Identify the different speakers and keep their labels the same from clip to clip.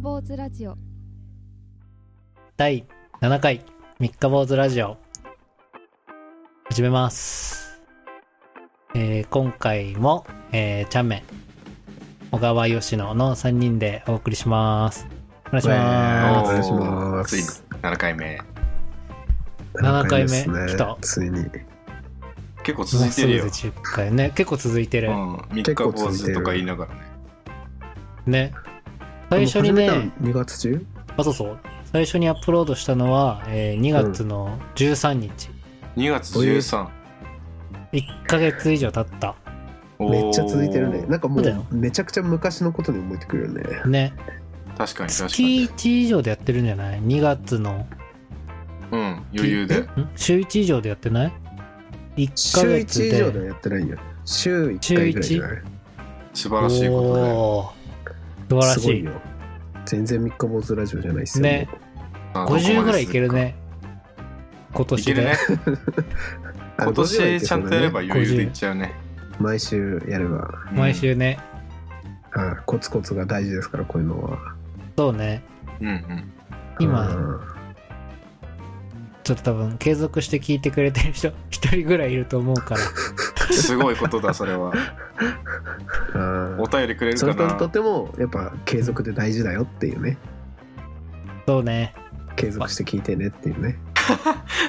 Speaker 1: 坊主ラジオ
Speaker 2: 第7回三日坊主ラジオ始めます、えー今回も、えー、チャンメン小川佳乃の3人でお送りしますお願いし
Speaker 3: お
Speaker 2: ま
Speaker 3: 願
Speaker 2: す
Speaker 3: いします
Speaker 4: ついに7回目。
Speaker 2: 7回目
Speaker 3: ですね
Speaker 2: 来た
Speaker 3: ついに
Speaker 4: 結構続いてるよ
Speaker 2: もう。すぐで10回ね結構続いて
Speaker 4: う
Speaker 2: る、
Speaker 4: ん、3日坊主とか言いながらね。
Speaker 2: ね最初に
Speaker 3: でも始
Speaker 2: ね
Speaker 3: めたの2月中
Speaker 2: あそうそう最初にアップロードしたのは、えー2月の13日、
Speaker 4: 2月13。
Speaker 2: 1ヶ月以上経った
Speaker 4: おー
Speaker 3: めっちゃ続いてるねなんかも
Speaker 2: そうだよ
Speaker 3: うめちゃくちゃ昔のことに思えてくるよね
Speaker 2: ね
Speaker 4: 確かに確か
Speaker 2: 月
Speaker 4: に。
Speaker 2: 1以上でやってるんじゃない ?2 月の
Speaker 4: うん、余裕で。
Speaker 2: ん週1以上でやってない ?1
Speaker 3: 週
Speaker 2: ヶ月
Speaker 3: 1以
Speaker 2: で。
Speaker 3: 上ではやってないよ週1回ぐらいじゃない
Speaker 4: 素晴らしいことだよ。
Speaker 2: おー素晴ら
Speaker 3: すご
Speaker 2: し
Speaker 3: い
Speaker 2: い。
Speaker 3: よ全然三日坊主ラジオじゃないっすよ
Speaker 2: ね
Speaker 4: さあ
Speaker 2: 50ぐらいいける。ね。今
Speaker 4: どこまです
Speaker 2: 年で。
Speaker 4: るかいけるね。
Speaker 3: あ
Speaker 4: 今年ちゃんとやれば
Speaker 3: 50
Speaker 4: 余裕でいっちゃうね。
Speaker 3: 毎週やれば
Speaker 4: うん
Speaker 2: 毎。週ね。
Speaker 3: あコツコツが大事ですからこういうのは
Speaker 2: そうね。
Speaker 4: うんうん。
Speaker 2: 今、
Speaker 3: うん
Speaker 2: ちょっと多分継続して聞いてくれてる人、 一人ぐらいいると思うから。
Speaker 4: すごいことだ、それは。
Speaker 3: あ
Speaker 4: お便りくれる
Speaker 3: そ
Speaker 4: か
Speaker 3: れとと
Speaker 4: な。
Speaker 3: てもやっぱ継続で大事だよっていうね
Speaker 2: そうね。
Speaker 3: 継続して聞いてねっていうね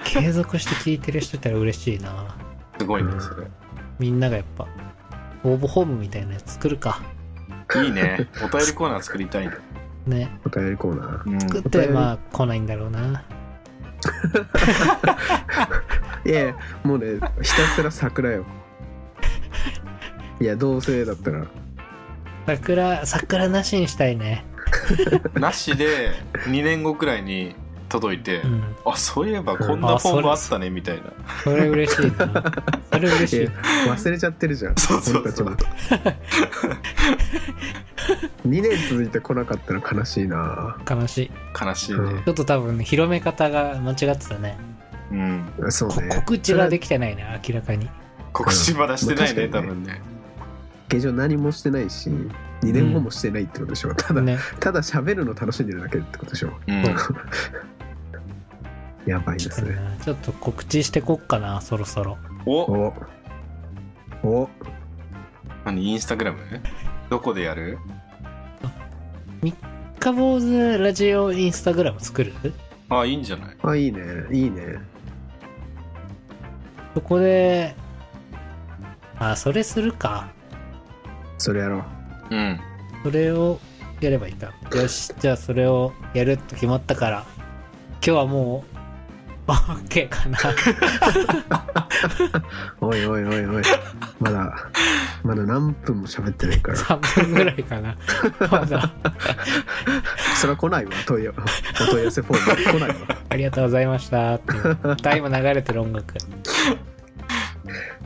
Speaker 2: 継続して聞いてる人いたら嬉しいな。
Speaker 4: すごいね、それ。
Speaker 2: みんながやっぱ、応募ホームみたいなやつ作るか。
Speaker 4: いいね。お便りコーナー作りたいね。
Speaker 2: ね。
Speaker 3: お便りコーナー
Speaker 4: うん。
Speaker 2: 作っ
Speaker 3: お
Speaker 2: て、
Speaker 3: 便り
Speaker 2: まあ来ないんだろうな。
Speaker 3: いやいやもうねひたすら桜よいやどうせだったら
Speaker 2: 桜、桜なしにしたいね。
Speaker 4: なしで、2年後くらいに届いて
Speaker 2: う、ん。
Speaker 4: あ、そういえばこんなフォームあったね、みたいな。
Speaker 2: それ嬉 しいな。それ嬉
Speaker 3: い
Speaker 2: しい
Speaker 3: や。忘れちゃってるじゃん
Speaker 4: そうそうそう
Speaker 3: 俺たちも 2年続いてこなかったら悲しいな
Speaker 2: 悲しい。
Speaker 4: 悲しいね。
Speaker 3: うん
Speaker 2: ちょっと多分、広め方が間違ってたね。
Speaker 4: うん、
Speaker 3: そう
Speaker 2: こ
Speaker 3: ね
Speaker 2: 告知ができてないね、明らかに。
Speaker 4: 告知まだしてないね、
Speaker 3: ま
Speaker 4: 多
Speaker 3: あ確か
Speaker 4: 分ね。
Speaker 3: 現状何もしてないし2年後もしてないってことでしょ、ただ、
Speaker 2: ね。
Speaker 3: ただ喋るの楽しんでるだけってことでしょ
Speaker 4: うん、
Speaker 3: やばい
Speaker 2: 確
Speaker 3: で
Speaker 2: か
Speaker 3: す
Speaker 2: に
Speaker 3: ね
Speaker 2: なちょっと告知してこっかな、そろそろ。
Speaker 4: お
Speaker 3: おお
Speaker 4: 何インスタグラムどこでやる
Speaker 2: 三日坊主ラジオインスタグラム作る
Speaker 4: あいいんじゃない
Speaker 3: あいいねいいね
Speaker 2: そこで、あ、それするか。
Speaker 3: それやろう
Speaker 4: うん
Speaker 2: それをやればいいか。よし、じゃあそれをやると決まったから、今日はもう、OK か な。
Speaker 3: おいおいおいおいまだまだ何分も喋ってないから
Speaker 2: 3分ぐらいかな。まだ。
Speaker 3: それは来ないわ問い合わお問い合わせフォーム来ないわ
Speaker 2: ありがとうございましたっていう。だいぶ流れてる音楽。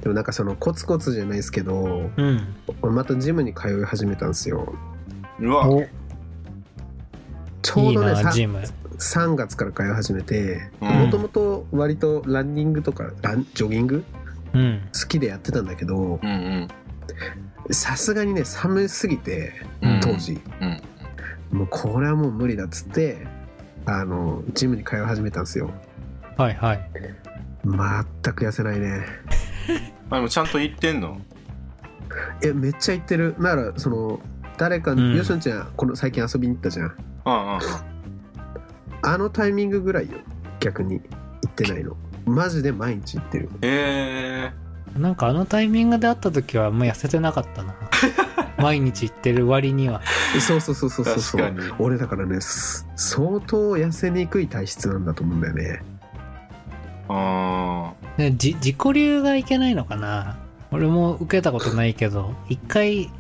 Speaker 3: でもなんかそのコツコツじゃないですけど
Speaker 2: うん。
Speaker 3: 俺またジムに通い始めたんですよ
Speaker 4: うわ
Speaker 2: お
Speaker 3: ちょ
Speaker 2: いうい
Speaker 3: どね
Speaker 2: な、
Speaker 3: さ
Speaker 2: ジム。
Speaker 3: 3月から通い始めて
Speaker 4: うん
Speaker 3: もともと割とランニングとかランジョギング
Speaker 2: うん。
Speaker 3: 好きでやってたんだけど
Speaker 4: うんうん
Speaker 3: さすがにね寒すぎて
Speaker 4: うん
Speaker 3: 当時、
Speaker 4: うん
Speaker 3: もうこれはもう無理だっつってあのジムに通い始めたんですよ
Speaker 2: はいはい。
Speaker 3: 全く痩せないね
Speaker 4: あでもちゃんと言ってんの
Speaker 3: えめっちゃ行ってるならその誰か、
Speaker 2: うん
Speaker 3: よしんちゃんこの最近遊びに行ったじゃん
Speaker 4: ああ
Speaker 3: あのタイミングぐらいよ逆に行ってないのマジで毎日行ってる
Speaker 4: え
Speaker 2: なんかあのタイミングで会った時はもう痩せてなか ったな。毎日行ってる割には。
Speaker 3: えそうそうそうそうそうそう
Speaker 4: 確かに
Speaker 3: 俺だからねす相当痩せにくい体質なんだと思うんだよね
Speaker 4: ー、あ
Speaker 2: ねじ自己流がいけないのかな俺も受けたことないけど、一回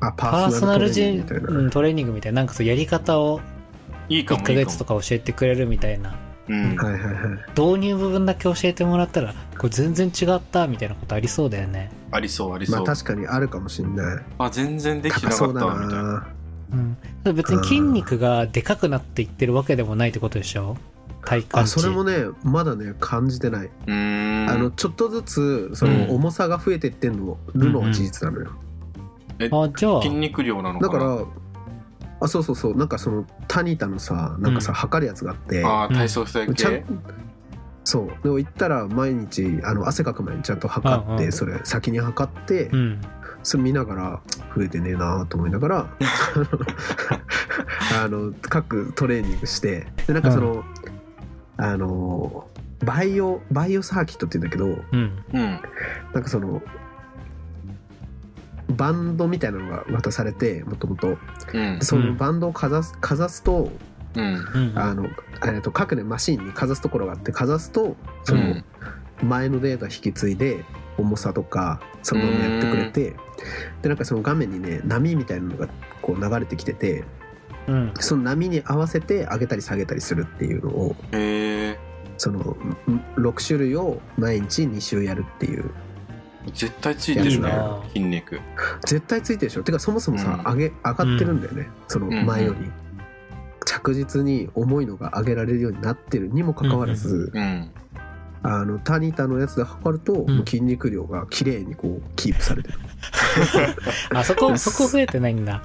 Speaker 3: あパ
Speaker 2: パー
Speaker 3: ー
Speaker 2: ソ
Speaker 3: ソ
Speaker 2: ナ
Speaker 3: ナ
Speaker 2: ル
Speaker 3: ル
Speaker 2: ジ
Speaker 3: ジ
Speaker 2: ム
Speaker 3: ムみたいな、
Speaker 2: うんトレーニングみたいな、なんかそうやり方を
Speaker 4: ーいいか
Speaker 2: 1
Speaker 4: も
Speaker 2: ヶ
Speaker 4: いい
Speaker 2: 月
Speaker 4: か
Speaker 2: と
Speaker 4: も
Speaker 2: か教えてくれるみたいな。
Speaker 4: うん
Speaker 3: はいはいはい
Speaker 2: 導入部分だけ教えてもらったら、これ全然違ったみたいなことありそうだよね。
Speaker 4: ありそうあり
Speaker 3: ま
Speaker 4: そ
Speaker 3: あ
Speaker 4: う、
Speaker 3: 確かにあるかもしんない
Speaker 4: あ全然できて
Speaker 3: 高
Speaker 4: なか
Speaker 3: そ
Speaker 4: っ
Speaker 3: うだ
Speaker 4: たわみたいな
Speaker 3: な
Speaker 2: うん、ただ別に筋肉がでかくなっていってるわけでもないってことでしょ体幹値
Speaker 3: あそれもねまだね感じてないう
Speaker 4: ーん
Speaker 3: あのちょっとずつそ
Speaker 2: うん
Speaker 3: の重さが増えてってんのるのは事実なのよ、
Speaker 2: あじゃあ
Speaker 4: 筋肉量なの
Speaker 3: だ
Speaker 4: か
Speaker 3: か
Speaker 4: な
Speaker 3: らあそうそうそうなんかそのタニタのさなんかさ、
Speaker 2: うん
Speaker 3: 測るやつがあって
Speaker 4: ああ体操したい
Speaker 3: ちゃん
Speaker 4: 系
Speaker 3: そうでも行ったら毎日あの汗かく前にちゃんと測って、
Speaker 2: うんうん
Speaker 3: それ先に測って、
Speaker 2: うん。
Speaker 3: それ見ながら増えてねえなと思いな がらあの各トレーニングしてでなんかその、あのバイオバイオサーキットって言うんだけど
Speaker 2: うん。
Speaker 4: うん
Speaker 3: なんかそのバンドみたいなのが渡されてもともと
Speaker 4: うん
Speaker 3: そうの
Speaker 2: ん
Speaker 3: バンドをかざすかざすと
Speaker 4: うん
Speaker 2: うん。
Speaker 3: あの、えっと各ねマシンにかざすところがあってかざすとそうの、
Speaker 4: ん
Speaker 3: 前のデータ引き継いで重さとかそのままやってくれてでなんかその画面にね波みたいなのがこう流れてきてて
Speaker 2: うん。
Speaker 3: その波に合わせて上げたり下げたりするっていうのを
Speaker 4: へえ
Speaker 3: そのん6種類を毎日2週やるっていう
Speaker 4: 絶対ついてるね
Speaker 3: いい
Speaker 2: な
Speaker 4: 筋肉
Speaker 3: 絶対ついてるでしょてかそもそもさ、
Speaker 4: うん
Speaker 3: 上げ上がってるんだよね、その前より、着実に重いのが上げられるようになってるにもかかわらず、
Speaker 4: うん
Speaker 3: あのタニタのやつで測ると、
Speaker 2: ん
Speaker 3: もう筋肉量が綺麗にこうキープされてる
Speaker 2: あそこ、そこ増えてないんだ。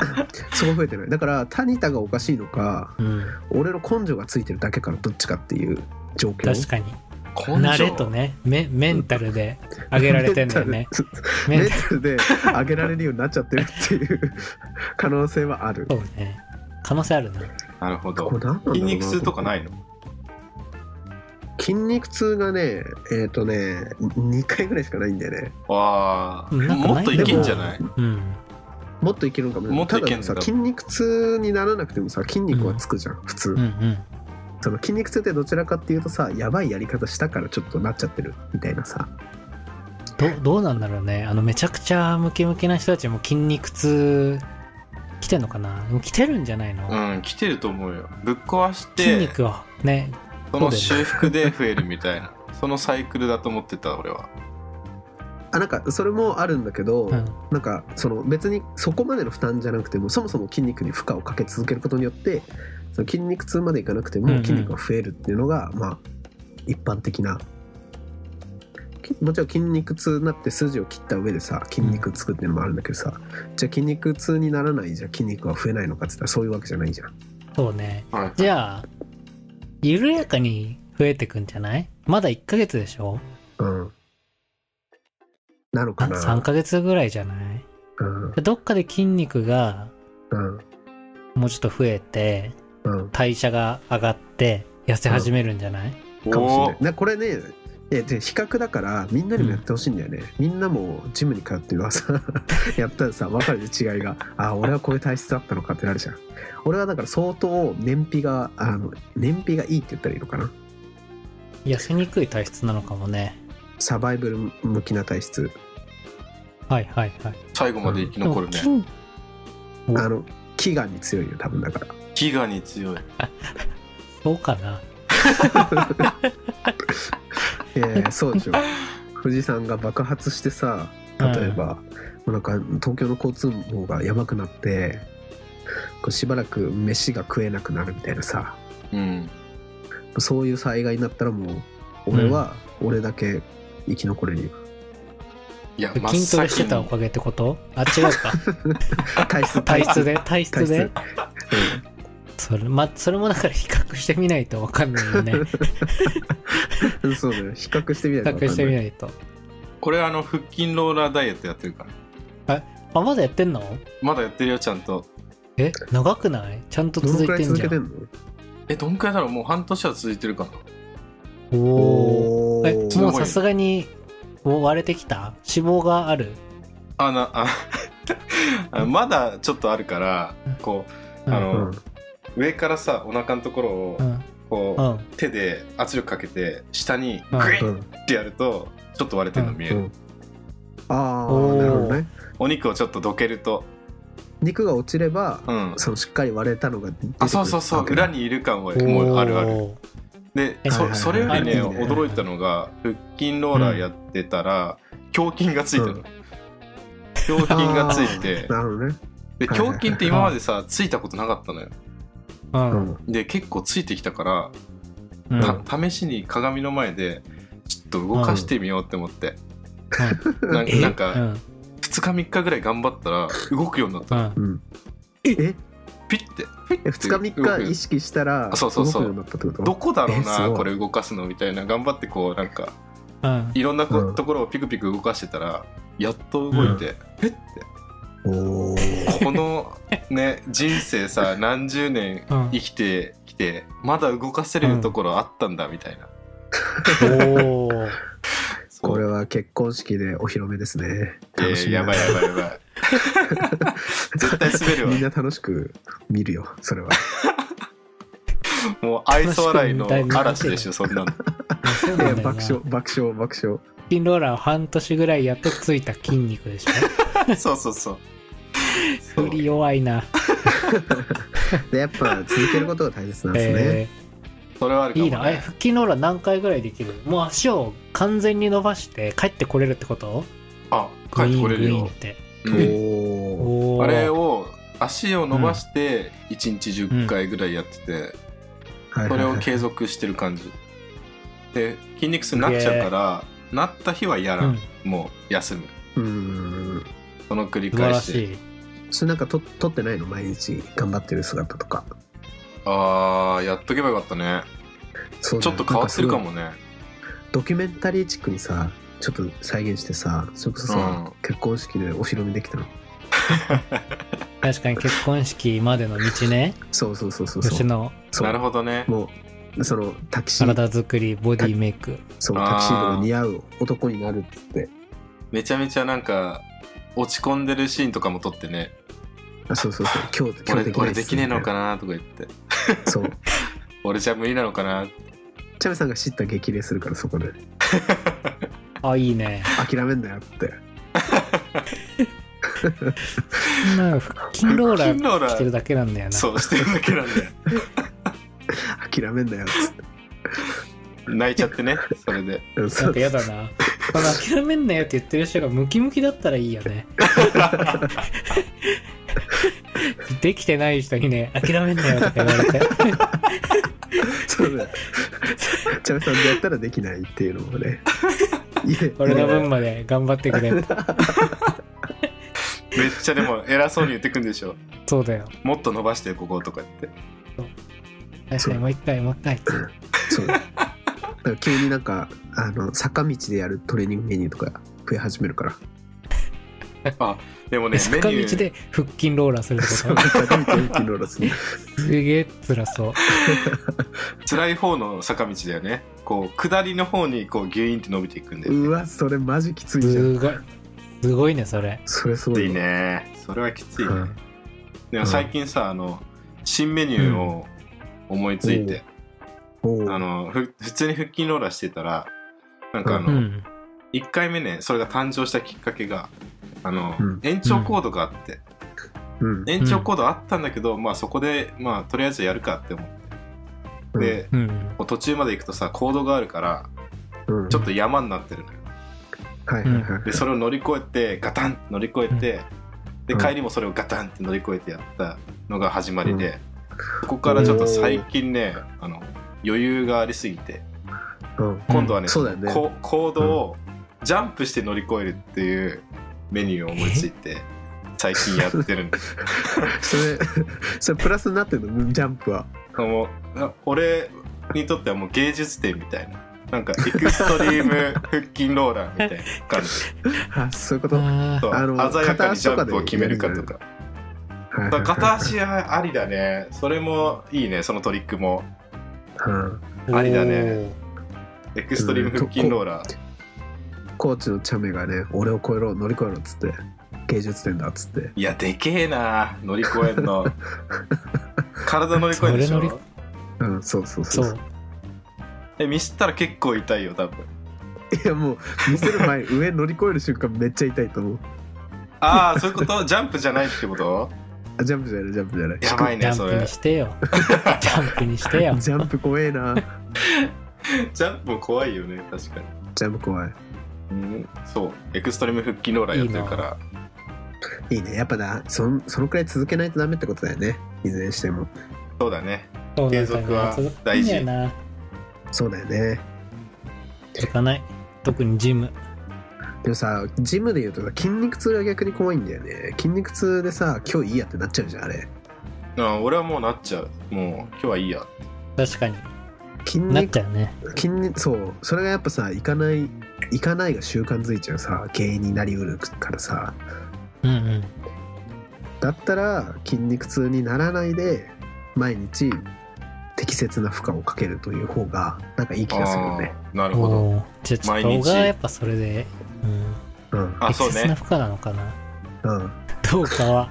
Speaker 3: そこ増えてないだからタニタがおかしいのか
Speaker 2: うん。
Speaker 3: 俺の根性がついてるだけからどっちかっていう状況
Speaker 2: 確かに。
Speaker 4: 根
Speaker 2: 慣れ
Speaker 4: 性
Speaker 2: とね、メメンタルで上げられてんだよね。メ
Speaker 3: メ
Speaker 2: ン
Speaker 3: ン
Speaker 2: タル。
Speaker 3: タルで上げられるようになっちゃってるっていう 可能性はある
Speaker 2: そうね。可能性あるな。
Speaker 4: なるほ
Speaker 3: これ
Speaker 4: ど
Speaker 3: 何なんだろうな
Speaker 4: 筋肉痛とかないの
Speaker 3: 筋肉痛がねえっ、とね2回ぐらいしかないんだよね
Speaker 4: わあ
Speaker 2: うんなんか
Speaker 4: もっと
Speaker 2: ない
Speaker 4: い
Speaker 2: んだ
Speaker 4: けんじゃない
Speaker 2: うん。
Speaker 3: もっといけるのかも
Speaker 4: もっといけん
Speaker 3: ただ
Speaker 4: のか
Speaker 3: さ筋肉痛にならなくてもさ筋肉はつくじゃん、普通、
Speaker 2: うんうん。
Speaker 3: その筋肉痛ってどちらかっていうとさやばいやり方したからちょっとなっちゃってるみたいなさ
Speaker 2: どどうなんだろうねあのめちゃくちゃムキムキな人たちも筋肉痛来てんのかなでも来てるんじゃないの、
Speaker 4: うん来てると思うよぶっ壊し
Speaker 2: 筋
Speaker 4: て
Speaker 2: 肉をね
Speaker 4: その修復で増えるみたいなそのサイクルだと思ってた俺は
Speaker 3: あなんかそれもあるんだけど、
Speaker 2: うん
Speaker 3: なんかその別にそこまでの負担じゃなくてもそもそも筋肉に負荷をかけ続けることによってその筋肉痛までいかなくて
Speaker 2: うんう
Speaker 3: も
Speaker 2: ん
Speaker 3: 筋肉が増えるっていうのが、まあ一般的なきもちろん筋肉痛になって筋を切った上でさ筋肉つくっていうのもあるんだけどさじゃあ筋肉痛にならないじゃあ筋肉は増えないのかって言ったらそういうわけじゃないじゃん
Speaker 2: そうね
Speaker 4: はい
Speaker 2: じゃあ緩やかに増えてくんじゃないまだ1ヶ月でしょ
Speaker 3: うんなのかな
Speaker 2: 3ヶ月ぐらいじゃない
Speaker 3: うん
Speaker 2: でどっかで筋肉が
Speaker 3: うん
Speaker 2: もうちょっと増えて
Speaker 3: うん
Speaker 2: 代謝が上がって痩せ始めるんじゃない、
Speaker 3: かもしれ
Speaker 4: お
Speaker 3: ないなこれねいやで比較だからみんなにもやってほしいんだよね、みんなもジムに通ってるわさ やったらさ分かる違いがあ俺はこういう体質だったのかってなるじゃん俺はだから相当燃費があの燃費がいいって言ったらいいのかな
Speaker 2: 痩せにくい体質なのかもね
Speaker 3: サバイブル向きな体質
Speaker 2: はいはいはい
Speaker 4: 最後まで生き残る
Speaker 2: で
Speaker 4: ね
Speaker 2: もお
Speaker 3: あの飢餓に強いよ多分だから
Speaker 4: 飢餓に強い
Speaker 2: 筋そうかない
Speaker 3: や いやそうでしょ富士山が爆発してさ例えば、もうなんか東京の交通網がやばくなってこうしばらく飯が食えなくなるみたいなさ
Speaker 4: うん
Speaker 3: そういう災害になったらもう俺は俺だけ生き残れるよ、
Speaker 4: いや真っ
Speaker 2: 筋トレして
Speaker 4: 先
Speaker 2: たお
Speaker 4: に
Speaker 2: かげってことあ違うか
Speaker 3: 体質
Speaker 2: 体質で体
Speaker 3: 体
Speaker 2: 質
Speaker 3: 質、う
Speaker 2: で
Speaker 3: ん
Speaker 2: それ,、ま、それもだから比較してみないとわかんないよね比
Speaker 3: うん、そうだよ比較してみないと分か
Speaker 2: 較
Speaker 3: んな
Speaker 2: してみ
Speaker 3: い
Speaker 2: ないと
Speaker 4: 俺あの腹筋ローラーダイエットやってるから
Speaker 2: あまだやってんの
Speaker 4: まだやってるよちゃんと
Speaker 2: え長くないちゃんと
Speaker 3: どの
Speaker 2: 続い
Speaker 3: くら
Speaker 2: て
Speaker 3: い
Speaker 2: ん
Speaker 3: 続
Speaker 2: じゃ
Speaker 3: けて
Speaker 2: ん
Speaker 3: んの
Speaker 4: えどんくらいだろうもう半年は続いてるかな
Speaker 2: おお
Speaker 3: お
Speaker 2: え
Speaker 3: ー
Speaker 2: もうさすがにお割れてきた脂肪がある
Speaker 4: あなあ あまだちょっとあるからこ
Speaker 2: うん
Speaker 4: あの
Speaker 3: うん
Speaker 4: う上からさお腹のところを
Speaker 2: うん
Speaker 4: こ
Speaker 2: う
Speaker 4: うん手で圧力かけて下に
Speaker 2: うん
Speaker 4: グイ
Speaker 3: う
Speaker 4: ッ
Speaker 3: ん
Speaker 4: ってやるとちょっと割れてるの見える、
Speaker 3: うんあ
Speaker 2: お
Speaker 3: あ
Speaker 2: ー
Speaker 3: なるほどね
Speaker 4: お肉をちょっとどけると
Speaker 3: 肉が落ちれば、
Speaker 4: うん
Speaker 3: そのしっかり割れたのが出てくる
Speaker 4: あそうそうそう
Speaker 3: わけだ
Speaker 4: 裏にいる感はもうあるある
Speaker 2: おー
Speaker 4: で
Speaker 2: え
Speaker 4: そ
Speaker 3: はいはいはい
Speaker 4: それよりね
Speaker 3: あいいね
Speaker 4: 驚いたのが腹筋ローラーやってたら胸筋がついたの、
Speaker 3: うん
Speaker 4: 胸筋がついて
Speaker 3: なるほどね、
Speaker 4: で
Speaker 3: はいはい
Speaker 4: 胸筋って今までさついたことなかったのよ
Speaker 2: うん
Speaker 3: うん、
Speaker 4: で結構ついてきたから、
Speaker 2: うん
Speaker 4: た試しに鏡の前でちょっと動かしてみようって思って、な
Speaker 2: え
Speaker 4: なん
Speaker 2: う
Speaker 4: か
Speaker 2: ん
Speaker 4: 2日3日ぐらい頑張ったら動くようになった
Speaker 2: う
Speaker 4: の
Speaker 2: ん
Speaker 3: うん
Speaker 2: え
Speaker 3: え
Speaker 4: ピッてピッ
Speaker 3: え
Speaker 4: て
Speaker 3: 2日
Speaker 4: 動
Speaker 3: 3
Speaker 4: く
Speaker 3: 日意識したら
Speaker 4: あそうそうそう
Speaker 3: 動くようになったってこと
Speaker 4: どこだろう
Speaker 3: えす
Speaker 4: な
Speaker 3: ごい
Speaker 4: これ動かすのみたいな頑張ってこうなんか
Speaker 2: うん。
Speaker 4: いろんなこ、
Speaker 3: うん
Speaker 4: ところをピクピク動かしてたらやっと動いて、えって
Speaker 3: おー
Speaker 4: この ね人生さ何十年
Speaker 2: うん
Speaker 4: 生きてきてまだ動かせるところあったんだみたいな、
Speaker 2: おー。
Speaker 4: そう
Speaker 3: これは結婚式でお披露目ですね
Speaker 4: えー
Speaker 3: 楽しみだ
Speaker 4: やばいやばいやばい 絶対滑るわ
Speaker 3: みんな楽しく見るよそ れは
Speaker 4: もう愛想笑いの
Speaker 2: 確かに
Speaker 4: 嵐でしょそんなの
Speaker 2: そう
Speaker 3: い
Speaker 2: な
Speaker 3: や
Speaker 2: んだよ
Speaker 3: 爆
Speaker 2: な。
Speaker 3: 笑
Speaker 2: 腹
Speaker 3: 爆笑爆笑
Speaker 2: 筋ローラーを半年ぐらいやってついた筋肉でしょ。
Speaker 4: そうそうそうそう
Speaker 2: 振り弱いな。
Speaker 3: でやっぱ続けることが大切なんですね、
Speaker 2: え
Speaker 4: それはある
Speaker 2: ー
Speaker 4: かも、
Speaker 2: い
Speaker 4: ね、
Speaker 2: いな。え、腹筋ローラー何回ぐらいできるもう足を完全に伸ばして帰ってこれるってこと
Speaker 4: あ帰ってこれる
Speaker 2: グイーングイーン
Speaker 4: よ
Speaker 2: っ、て。
Speaker 4: うん
Speaker 3: おお
Speaker 2: おー
Speaker 4: あれを足を伸ばして1日10回ぐらいやってて、それを継続してる感じで筋肉痛になっちゃうからなった日はやらん、もう休む
Speaker 3: うん
Speaker 4: その繰り
Speaker 2: 素晴
Speaker 4: 返
Speaker 2: ら
Speaker 4: し
Speaker 2: し
Speaker 4: で
Speaker 2: い。
Speaker 3: それなんかと撮ってないの毎日頑張ってる姿とか
Speaker 4: あーやっとけばよかったね
Speaker 3: そうだ
Speaker 4: ちょ
Speaker 3: よ
Speaker 4: っと変わってるか
Speaker 3: なんす
Speaker 4: も
Speaker 3: ご
Speaker 4: ね
Speaker 3: いドキュメンタリーチックにさちょっと再現してさそれこそさ、
Speaker 4: う
Speaker 3: 結婚式でお披露目できたの
Speaker 2: 確かに結婚式までの道ね。
Speaker 3: そうそうそうそうそ
Speaker 2: 吉
Speaker 3: う
Speaker 2: 野
Speaker 3: そう
Speaker 4: なるほどね
Speaker 3: もうそのタキシード
Speaker 2: 体作り、ボディメイク。
Speaker 3: そう
Speaker 4: あー
Speaker 3: タキシードが似合う男になるって言って
Speaker 4: めちゃめちゃなんか落ち込んでるシーンとかも撮ってね
Speaker 3: あそうそうそう今日今
Speaker 4: 俺
Speaker 3: 日できない
Speaker 4: 俺できねえのか
Speaker 3: な
Speaker 4: なとか言って
Speaker 3: そう
Speaker 4: 俺じゃ無理なのかな
Speaker 3: チャメさんが叱咤激励するからそこで
Speaker 2: あ、いいね。
Speaker 3: 諦めんなよって
Speaker 2: なんか腹筋ローラ
Speaker 4: 腹筋ロー
Speaker 2: ー
Speaker 4: ラー
Speaker 2: 着てるだけなんだよな。
Speaker 4: そうしてるだけなんで
Speaker 3: 諦めんなよっつって
Speaker 4: 泣いちゃってねそれで
Speaker 3: うんそ
Speaker 2: なん
Speaker 3: う
Speaker 2: か嫌だな。この諦めんなよって言ってる人がムキムキだったらいいよね。 できてない人にね、諦めんなよとか言われて。
Speaker 3: そうだよ。チャメさんでやったらできないっていうのも ね。いえ
Speaker 2: 俺の分まで頑張ってくれって。
Speaker 4: めっちゃでも偉そうに言ってくんでしょ
Speaker 2: そうだよ。
Speaker 4: もっと伸ばしてこことか言って
Speaker 2: 確かにもう一回もう一回。
Speaker 3: そうだから急になんかあの坂道でやるトレーニングメニューとか増え始めるから。
Speaker 4: でもねメニ
Speaker 2: 坂
Speaker 4: ュ
Speaker 2: 道
Speaker 4: ー
Speaker 2: で腹筋ローラーするって
Speaker 3: そう
Speaker 2: こ
Speaker 3: 坂道で一気にローラーする。
Speaker 2: とすげえ辛そう。
Speaker 4: 辛い方の坂道だよねこう下りの方にこうギュイーンって伸びていくんで
Speaker 3: うわそれマジきついじゃん。
Speaker 2: すごい。すごいね、それ。
Speaker 3: それす
Speaker 4: き
Speaker 3: ご
Speaker 4: つ
Speaker 3: いわ。
Speaker 4: いねそれはきついね、
Speaker 3: うん
Speaker 4: でも最近さあの新メニューを思いついて、
Speaker 3: おう
Speaker 4: あのふ普通に腹筋ローラーしてたらなんかあの、
Speaker 2: うん。
Speaker 4: 1回目ねそれが誕生したきっかけがあの、
Speaker 3: うん
Speaker 4: 延長コードがあって、
Speaker 3: うん
Speaker 4: 延長コードあったんだけど、まあそこでまあとりあえずやるかって思って、で
Speaker 2: うん。
Speaker 4: こう途中まで行くとさコードがあるから
Speaker 3: うん
Speaker 4: ちょっと山になってるのよ
Speaker 3: はいはいはい。
Speaker 4: でそれを乗り越えてガタンって乗り越えて、
Speaker 3: うん
Speaker 4: で帰りもそれをガタンって乗り越えてやったのが始まりで、そこからちょっと最近ねあの余裕がありすぎて
Speaker 3: うん
Speaker 4: 今度はね,、
Speaker 3: そうだよね。
Speaker 4: こコードをジャンプして乗り越えるっていうメニューを思いついて最近やって るんです
Speaker 3: それ それプラスになってるのジャンプは。
Speaker 4: もうあ俺にとってはもう芸術点みたいななんかエクストリーム腹筋ローラーみたいな 感じ
Speaker 3: あそういうこと。はい
Speaker 2: あ
Speaker 4: そう
Speaker 3: あの
Speaker 4: 鮮やかにジャンプを決めるかとか
Speaker 3: はいはい
Speaker 4: 片足ありだねそれもいいねそのトリックも
Speaker 3: うん
Speaker 2: ー
Speaker 4: ありだね。エクストリーム腹筋ローラー
Speaker 3: コーチのチャメがね俺を超えろ乗り越えろっつって芸術点だっつって
Speaker 4: いやでけえな乗り越えんの体乗り越えんでし
Speaker 2: それ乗
Speaker 4: ょ
Speaker 3: うんそうそうそ
Speaker 2: そうう。
Speaker 4: えミスったら結構痛いよ多分
Speaker 3: いやもう見せる前上乗り越える瞬間めっちゃ痛いと思う
Speaker 4: ああそういうことジャンプじゃないってこと
Speaker 3: あジャンプじゃないジャンプじゃない
Speaker 4: やばい
Speaker 2: ジ
Speaker 4: ね
Speaker 2: ャ
Speaker 4: そ
Speaker 2: ンプ
Speaker 4: れ
Speaker 2: にしてよ。ジャンプにしてよ。
Speaker 3: ジャンプ怖えな
Speaker 4: ジャンプも怖いよね確かに、
Speaker 3: ジャンプ怖い
Speaker 4: うん、そうエクストリーム腹筋ローラーやってるから
Speaker 3: いいねやっぱなそんそのくらい続けないとダメってことだよねいずれにしても
Speaker 4: そうだね
Speaker 2: そうなんだよ
Speaker 4: 継続は大事
Speaker 2: 続くんだよな
Speaker 3: そうだよね
Speaker 2: 続かない。特にジム。
Speaker 3: でもさジムで言うとさ筋肉痛が逆に怖いんだよね筋肉痛でさ今日いいやってなっちゃうじゃんあれ
Speaker 4: あ俺はもうなっちゃうもう今日はいいや
Speaker 2: 確かに
Speaker 3: 筋
Speaker 2: なっ
Speaker 3: 肉
Speaker 2: ちゃうね
Speaker 3: 筋肉そうそれがやっぱさ行かない行かないが習慣づいちゃうさ原因になりうるからさ
Speaker 2: うんうん
Speaker 3: だったら筋肉痛にならないで毎日適切な負荷をかけるという方がなんかいい気がするよね。
Speaker 4: あーなるほど
Speaker 2: おーじゃあちょっと
Speaker 4: 毎日
Speaker 2: 小川はやっぱそれで、うん、
Speaker 3: うん
Speaker 4: あそう
Speaker 2: 適切な
Speaker 4: ね
Speaker 2: 負荷なのかな
Speaker 3: うん
Speaker 2: どうかは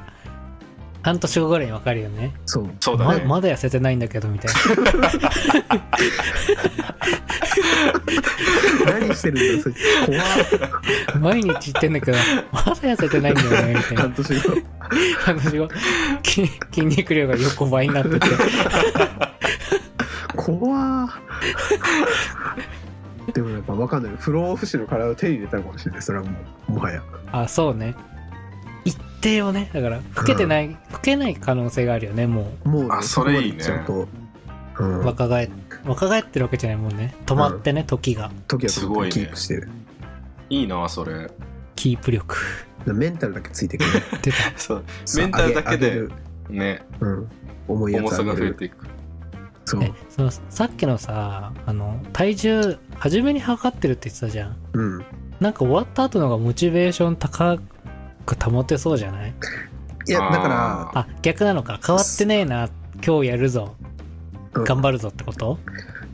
Speaker 2: 半年後ぐらいに分かるよね
Speaker 3: そう
Speaker 4: そうだね、
Speaker 2: ままだ痩せてないんだけどみたい
Speaker 3: 何してるんだそいつ怖っ
Speaker 2: な 毎日言ってんだけどまだ痩せてないんだよねみたい な
Speaker 3: 半年後
Speaker 2: 話がき筋肉量が横ばいになってて
Speaker 3: 怖っでもやっぱ分かんない不老不死の体を手に入れたのかもしれないそれはもうもはや
Speaker 2: あそうね一定をねだから老けてない、老けない可能性があるよねも
Speaker 3: もうね
Speaker 4: あそれいいね
Speaker 3: そこまで行っちゃうと、
Speaker 2: う
Speaker 3: うん、
Speaker 2: 若返若返ってるわけじゃないもんね止まってね、時が
Speaker 3: 時は
Speaker 4: すごいね
Speaker 3: キープしてる、
Speaker 4: いいなそれ
Speaker 2: キープ力
Speaker 3: メンタルだけついてくるね
Speaker 2: 出 た
Speaker 4: そう
Speaker 3: そう
Speaker 4: メンタルだけ
Speaker 3: 上げ
Speaker 4: で
Speaker 3: 上げる
Speaker 4: ね
Speaker 3: うん、重いやつ
Speaker 4: 重さが
Speaker 3: 上げ
Speaker 4: 増え
Speaker 3: る
Speaker 4: ていく
Speaker 3: そう
Speaker 2: えそのさっきのさあの体重初めに測ってるって言ってたじゃん
Speaker 3: うん
Speaker 2: なんか終わった後の方がモチベーション高く保てそうじゃない
Speaker 3: いやだ
Speaker 4: あ
Speaker 3: か
Speaker 2: あ逆なのか変わってねえな今日やるぞ
Speaker 3: うん
Speaker 2: 頑張るぞってこと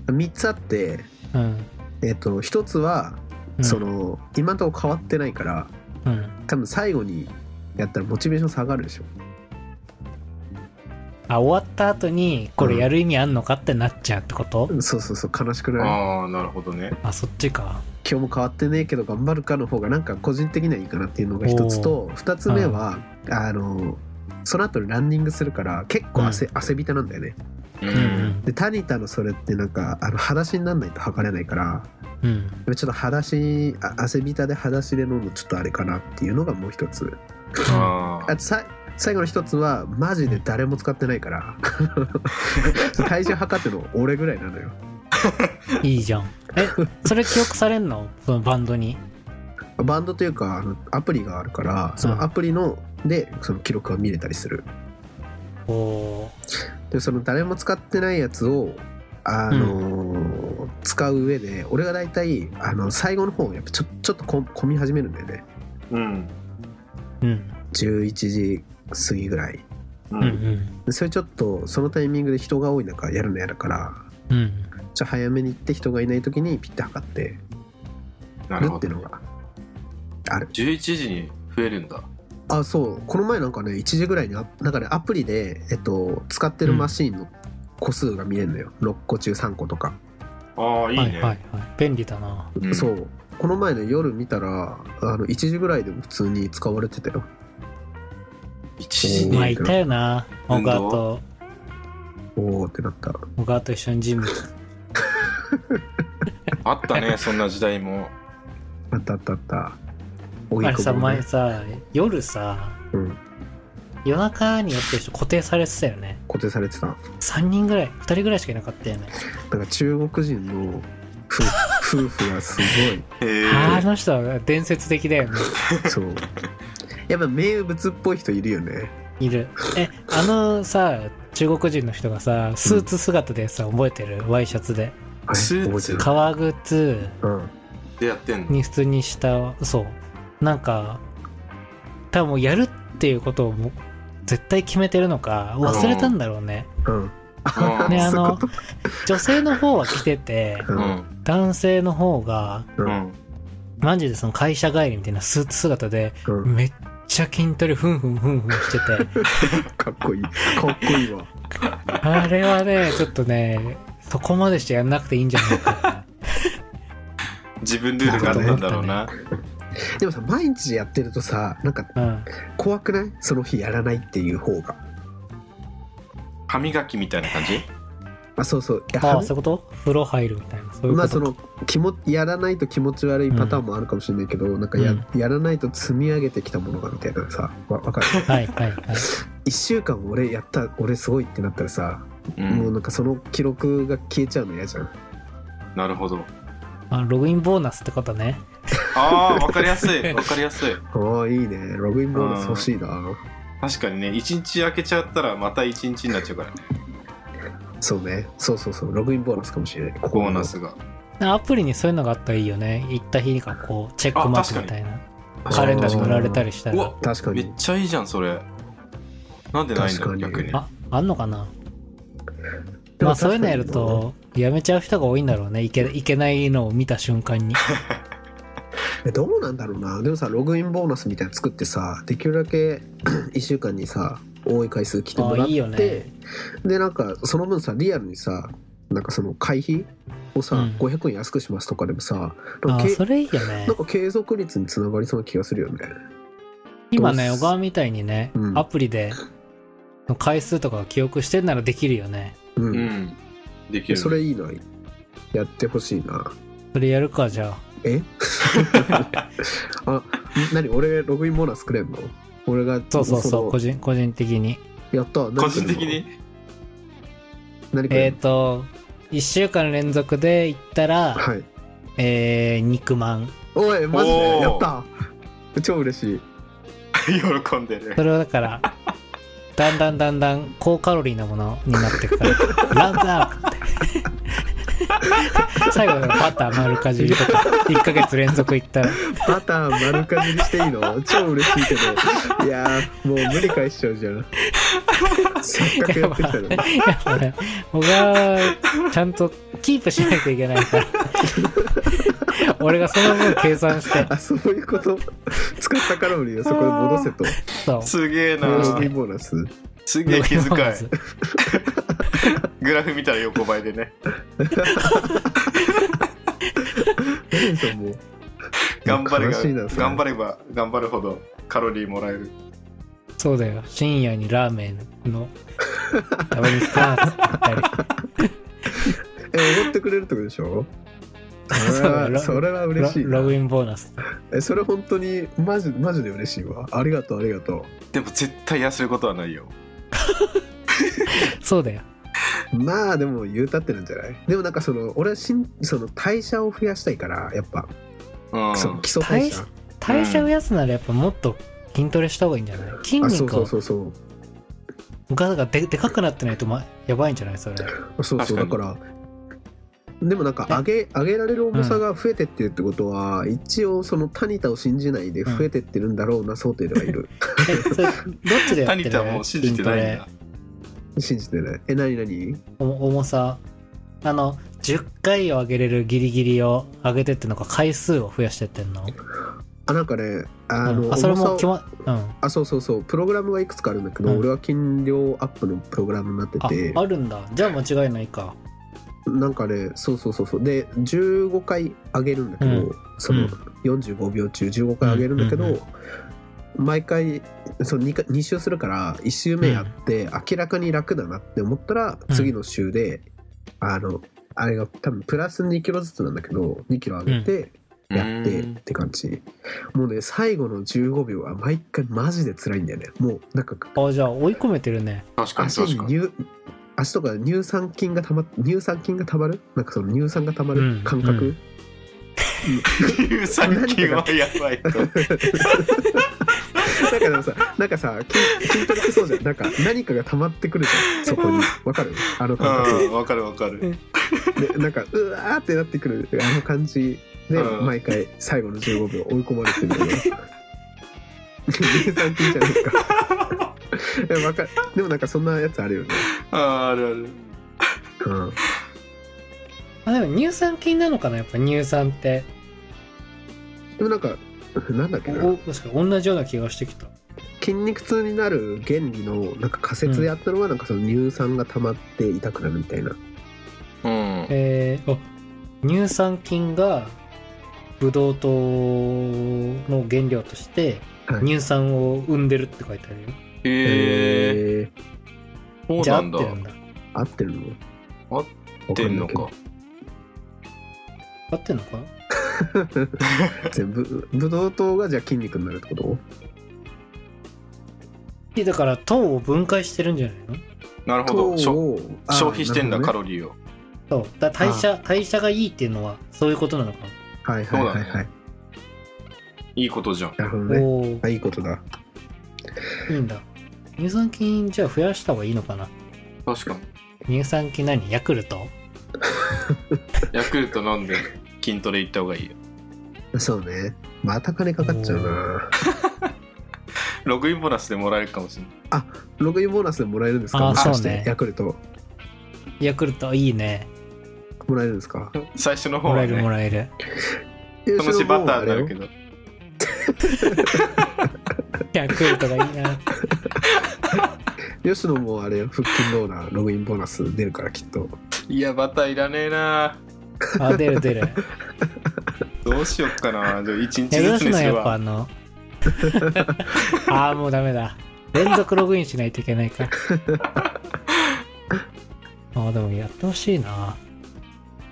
Speaker 3: ら3つあって
Speaker 2: うん、
Speaker 3: えっ、と1つは、
Speaker 2: うん
Speaker 3: その今のところ変わってないから
Speaker 2: うん
Speaker 3: 多分最後にやったらモチベーション下がるでしょ
Speaker 2: あ終わった後にこれやる意味あんのかってなっちゃうってこと、
Speaker 3: うんそうそうそう悲しくない
Speaker 4: ああなるほどね
Speaker 2: あそっちか
Speaker 3: 今日も変わってねえけど頑張るかの方がなんか個人的にはいいかなっていうのが一つと二つ目は、あのその後にランニングするから結構汗,、汗びたなんだよね
Speaker 4: う
Speaker 2: うん
Speaker 4: ん
Speaker 3: でタニタのそれってなんかあの裸足になんないと測れないから
Speaker 2: うん、うん、
Speaker 3: ちょっと裸足あ汗びたで裸足で飲むのちょっとあれかなっていうのがもう一つ
Speaker 4: あ
Speaker 3: あとさ最後の一つはマジで誰も使ってないから体重測ってるの俺ぐらいなのよ
Speaker 2: いいじゃんえそれ記憶されんのそのバンドに
Speaker 3: バンドというかあのアプリがあるからそのアプリの、でその記録が見れたりする
Speaker 2: おお
Speaker 3: でその誰も使ってないやつをあのー使う上で俺が大体あの最後の方やっぱちょちょっとこ混み始めるんだよね
Speaker 4: ーうん
Speaker 2: ーうん
Speaker 3: 11時過ぎぐらい
Speaker 4: うん
Speaker 2: うんうん
Speaker 3: でそれちょっとそのタイミングで人が多い中やるのやるから
Speaker 2: うん
Speaker 3: ちょっと早めに行って人がいない時にピッて測って
Speaker 4: なる
Speaker 3: る
Speaker 4: ほ
Speaker 3: って
Speaker 4: ど
Speaker 3: いうのがある
Speaker 4: 11時に増えるんだ
Speaker 3: あそうこの前なんかね1時ぐらいにあなんかねアプリで、えっと、使ってるマシーンの個数が見えるのよ、6個中3個とか
Speaker 4: ああいいね、
Speaker 2: はいはいはい便利だな
Speaker 4: うん
Speaker 3: そうこの前の夜見たらあの1時ぐらいでも普通に使われてたよ
Speaker 4: 1時
Speaker 3: ね
Speaker 2: まあ
Speaker 4: に
Speaker 2: いたよな小
Speaker 4: 運動
Speaker 2: 川と
Speaker 3: おおってなった
Speaker 2: 小川と一緒にジム
Speaker 4: あった ねそんな時代も
Speaker 3: あったあったあったお
Speaker 2: あれさ前
Speaker 3: ね、
Speaker 2: さ夜さ
Speaker 3: うん、
Speaker 2: 夜中にやってる人固定されてたよね
Speaker 3: 固定されてた
Speaker 2: 3人ぐらい2人ぐらいしかいなかったよね
Speaker 3: なんか中国人の夫 夫婦がす
Speaker 4: へえ
Speaker 2: あの人は伝説的だよね
Speaker 3: ごいそうやっぱ名物っぽい人いるよね
Speaker 2: いるえあのさ中国人の人がさスーツ姿でさ覚えてるワイシャツで
Speaker 3: あれ
Speaker 4: スーツ
Speaker 3: 覚えてる
Speaker 2: 革靴
Speaker 3: うん
Speaker 4: でやってんの
Speaker 2: に普通にしたそうなんか多分もうやるっていうことをもう絶対決めてるのか忘れたんだろうね
Speaker 3: うん
Speaker 4: うん
Speaker 2: ねあ
Speaker 3: そういう
Speaker 2: の
Speaker 3: こと
Speaker 2: 女性の方は着てて
Speaker 3: う
Speaker 4: うんん
Speaker 2: 男性の方が
Speaker 4: うん
Speaker 2: マジでその会社帰りみたいなスーツ姿で
Speaker 3: うん
Speaker 2: めっちゃ筋トレふんふんふんふんしてて
Speaker 3: かっこいいかっこいいわ
Speaker 2: あれはねちょっとねそこまでしてやんなくていいんじゃないか
Speaker 4: 自分ルールがあったんだろうな
Speaker 3: でもさ毎日やってるとさなんか
Speaker 2: うん
Speaker 3: 怖くないその日やらないっていう方が
Speaker 4: 歯磨きみたいな感じ
Speaker 3: あそうそういや
Speaker 2: ああそういうこと風呂入るみたいなそういうこ
Speaker 3: まあそ
Speaker 2: と
Speaker 3: の気もやらないと気持ち悪いパターンもあるかもしれないけど、なんかや,、やらないと積み上げてきたものがみたいなさわわか る
Speaker 2: はいはいはい
Speaker 3: 1週間俺やった俺すごいってなったらさ、
Speaker 4: う
Speaker 3: もうんなんかその記録が消えちゃうの嫌じゃん
Speaker 4: なるほど
Speaker 2: あログインボーナスってことね
Speaker 4: ああわかりやすいわかりやすい
Speaker 3: ああいいねログインボーナス欲しいな、
Speaker 4: 確かにね一日開けちゃったらまた一日になっちゃうからね
Speaker 3: そうねそうそうそうログインボーナスかもしれないここ
Speaker 4: ボ
Speaker 3: の
Speaker 4: ーナスが
Speaker 2: アプリにそういうのがあったらいいよね。行った日がこう、チェックマークみたいな。
Speaker 3: 確
Speaker 2: カ
Speaker 3: かに
Speaker 2: レンダーに塗られたりした
Speaker 4: う
Speaker 2: ら
Speaker 4: わ。
Speaker 3: 確か
Speaker 4: めっ
Speaker 3: に
Speaker 4: ちゃいいじゃんそれなんでないんだろ
Speaker 3: 確
Speaker 4: う逆
Speaker 3: かに
Speaker 4: に
Speaker 2: あ、あんのかなまあそういうのやると、やめちゃう人が多いんだろうね。いけいけないのを見た瞬間に。
Speaker 3: えどうなんだろうなでもさログインボーナスみたいなの作ってさできるだけ 1週間にさ多い回数来てもらっ
Speaker 2: あいい
Speaker 3: て
Speaker 2: よね
Speaker 3: でなんかその分さリアルにさなんかその会費をさ、
Speaker 2: うん
Speaker 3: 500円安くしますとかでもさな
Speaker 2: あ
Speaker 3: ん
Speaker 2: ー、
Speaker 3: かけ
Speaker 2: それいいよね
Speaker 3: なん。か継続率につながりそうな気がするよね
Speaker 2: 今ね、小川みたいにね
Speaker 3: う、ん
Speaker 2: アプリで、回数とか記憶してんならできるよね。
Speaker 3: うん、
Speaker 4: うんできるね
Speaker 3: それいいなやってほしいな
Speaker 2: それやるか、じゃあ。
Speaker 3: え あ何俺ログインボーナスくれんの俺が
Speaker 2: そうそう
Speaker 3: そ
Speaker 2: そう、
Speaker 3: の
Speaker 2: 個人、個人的に。
Speaker 3: やった何くれんの
Speaker 4: 個人的に
Speaker 3: 何くれ
Speaker 2: え
Speaker 3: ん
Speaker 2: っ
Speaker 3: の
Speaker 2: と、1週間連続で行ったら、
Speaker 3: はい
Speaker 2: えー、肉まん。
Speaker 3: おいマジで
Speaker 4: おー
Speaker 3: やった超嬉しい
Speaker 4: 喜んでる
Speaker 2: それはだから、だんだんだんだん高カロリーなものになっていくから、ランクアップって。最後のバター丸かじりとか、1ヶ月連続いったら、
Speaker 3: バター丸かじりしていいの超嬉しいけどいやーもう無理返しちゃうじゃ んせっかくや
Speaker 2: や
Speaker 3: っ
Speaker 2: って
Speaker 3: きたのに
Speaker 2: ぱね、僕はちゃんとキープしないといけないから。俺がその分計算して、
Speaker 3: あそういうこと使ったカロリーをそこで戻せと
Speaker 2: そう。
Speaker 4: すげえな
Speaker 2: ー
Speaker 3: ログインボーナス
Speaker 4: すげえ気遣
Speaker 2: ま
Speaker 4: い
Speaker 2: ず
Speaker 4: グラフ見たら横ばいでね
Speaker 3: テンションもう
Speaker 4: 頑張れ
Speaker 3: 悲
Speaker 4: ば
Speaker 3: しいなそれ
Speaker 4: 頑張れば頑張るほどカロリーもらえる
Speaker 2: そうだよ。深夜にラーメンの食べに行くかって言ったり。
Speaker 3: え、おごってくれるってことでしょそれ
Speaker 2: そうだ
Speaker 3: は、
Speaker 2: ロ
Speaker 3: それは嬉しい
Speaker 2: ロ
Speaker 3: な
Speaker 2: ログ。インボーナス。
Speaker 3: え、それ本当に、マジ、マジで嬉しいわ。ありがとう、ありがと
Speaker 4: でも絶対痩せることはないよ
Speaker 2: そうだよ。
Speaker 3: う。まあ、でも、言うたってなんじゃないでも、なんか、その、俺はしん、その、代謝を増やしたいから、やっぱ、
Speaker 4: うん
Speaker 3: その、基礎代
Speaker 2: 代
Speaker 3: 謝。
Speaker 2: 代謝増やすならやっぱもっと筋トレした方がいいんじゃない筋
Speaker 3: あ、そう
Speaker 2: 肉
Speaker 3: そう
Speaker 2: を
Speaker 3: そうそう。
Speaker 2: ががででかくなってないと、ま、やばいんじゃないそれ
Speaker 3: そうそう、だ
Speaker 4: 確か
Speaker 3: から、でもなんか上げ上げられる重さが増えてってるってことは、一応そのタニタを信じないで増えてってるんだろうな想定ではいる
Speaker 2: えそれどっちでや
Speaker 4: タ
Speaker 2: って
Speaker 4: ニ
Speaker 2: る
Speaker 4: タもう信じてないんだ
Speaker 3: 信じてないえ何何
Speaker 2: 筋トレお重さあの10回を上げれるギリギリを上げてってのか回数を増やしてってんの
Speaker 3: あなんかねあ
Speaker 2: あ
Speaker 3: の、
Speaker 2: うん、あそれ
Speaker 3: 重さ
Speaker 2: も
Speaker 3: を
Speaker 2: 決まうん
Speaker 3: あそうそうそうプログラムはいくつかあるんだけど、
Speaker 2: うん
Speaker 3: 俺は筋量アップのプログラムになって
Speaker 2: あ
Speaker 3: て
Speaker 2: あるんだじゃあ間違いないか
Speaker 3: なんかねそうそうそうそうで15回上げるんだけど、
Speaker 2: うん
Speaker 3: そうの
Speaker 2: ん
Speaker 3: 45秒中15回上げるんだけど、
Speaker 2: うんうん
Speaker 3: 毎回その 2, 2周するから1周目やって、明らかに楽だなって思ったら
Speaker 2: うん
Speaker 3: 次の週で、あのあれが多分プラス2キロずつなんだけど2キロ上げて。やって
Speaker 4: うん
Speaker 3: って感じもうね最後の15秒は毎回マジで辛いんだよねもうなんか
Speaker 2: あじゃあ追い込めてるね
Speaker 4: 確かに
Speaker 3: 足
Speaker 4: 確
Speaker 3: に
Speaker 4: かに
Speaker 3: 乳足とか乳酸菌がたま乳酸菌がたまるなんかその乳酸がたまる感覚、
Speaker 2: うん
Speaker 4: 乳酸菌はやばいと
Speaker 3: なんかでもさなんかさ筋筋トレってそうじゃんなんか何かがたまってくるじゃんそこにわかるあの感
Speaker 4: う
Speaker 3: 覚
Speaker 4: んわかるわかる
Speaker 3: でなんかうわーってなってくるあの感じで
Speaker 4: うん
Speaker 3: 毎回最後の15秒追い込まれてるよね乳酸菌じゃないですかでもわかるでもなんかそんなやつあるよね、
Speaker 4: あーあるある
Speaker 3: うん、
Speaker 2: あでも乳酸菌なのかなやっぱ乳酸って
Speaker 3: でもなんかなんだっけな
Speaker 2: お確かに同じような気がしてきた
Speaker 3: 筋肉痛になる原理のなんか仮説であったのはなんかその乳酸が溜まって痛くなるみたいな、
Speaker 4: うん
Speaker 2: えー、あ乳酸菌がブドウ糖の原料として
Speaker 3: はい
Speaker 2: 乳酸を生んでるって書いてあるよ、
Speaker 4: へえ
Speaker 3: えー
Speaker 4: そう
Speaker 2: じゃあ
Speaker 4: な
Speaker 2: 合っ
Speaker 4: ん
Speaker 2: てるん
Speaker 4: だ
Speaker 2: だ
Speaker 3: 合ってるの
Speaker 4: 合ってんのか
Speaker 2: 合ってるのかな
Speaker 3: 全部ブドウ糖がじゃあ筋肉になるってこと
Speaker 2: えだから糖を分解してるんじゃないの
Speaker 4: なるほどしょ
Speaker 3: をあー
Speaker 4: 消費してんだ
Speaker 3: な
Speaker 4: カ
Speaker 3: る
Speaker 4: ロリーを
Speaker 2: そうだ代謝代謝がいいっていうのはそういうことなのか
Speaker 3: ほどねはいはいはいはい、
Speaker 4: いいことじゃん
Speaker 3: なるほど
Speaker 2: な、
Speaker 3: ね
Speaker 2: おお
Speaker 3: あいいことだ
Speaker 2: いいんだ乳酸菌じゃあ増やした方がいいのかな
Speaker 4: 確かに
Speaker 2: 乳酸菌何ヤクルト
Speaker 4: ヤクルト飲んで筋トレ行った方がいいよ
Speaker 3: そうねまた金かかっちゃうな
Speaker 4: ログインボーナスでもらえるかもしれない
Speaker 3: あログインボーナスでもらえるんですか
Speaker 2: あー
Speaker 3: もしかし
Speaker 2: そう
Speaker 3: て
Speaker 2: ね
Speaker 3: ヤクルト
Speaker 2: ヤクルトいいね
Speaker 3: もらえるんですか
Speaker 4: 最初の方
Speaker 2: もら
Speaker 4: は
Speaker 2: えるも
Speaker 4: ね
Speaker 2: らえ る
Speaker 4: そのうちバターになるけ
Speaker 3: ど
Speaker 4: ど
Speaker 2: ヤクルトがいいな
Speaker 3: 吉野もあれよ腹筋ローラーログインボーナス出るからきっと
Speaker 4: いやバターいらねえな
Speaker 2: あ出る出る
Speaker 4: どうしよっかなじゃあ1日
Speaker 2: えどう
Speaker 4: ずつ
Speaker 2: すん
Speaker 4: に
Speaker 2: の
Speaker 4: すれ
Speaker 2: やっぱ
Speaker 4: ば
Speaker 2: あのああもうダメだ連続ログインしないといけないかあーでもやってほしいな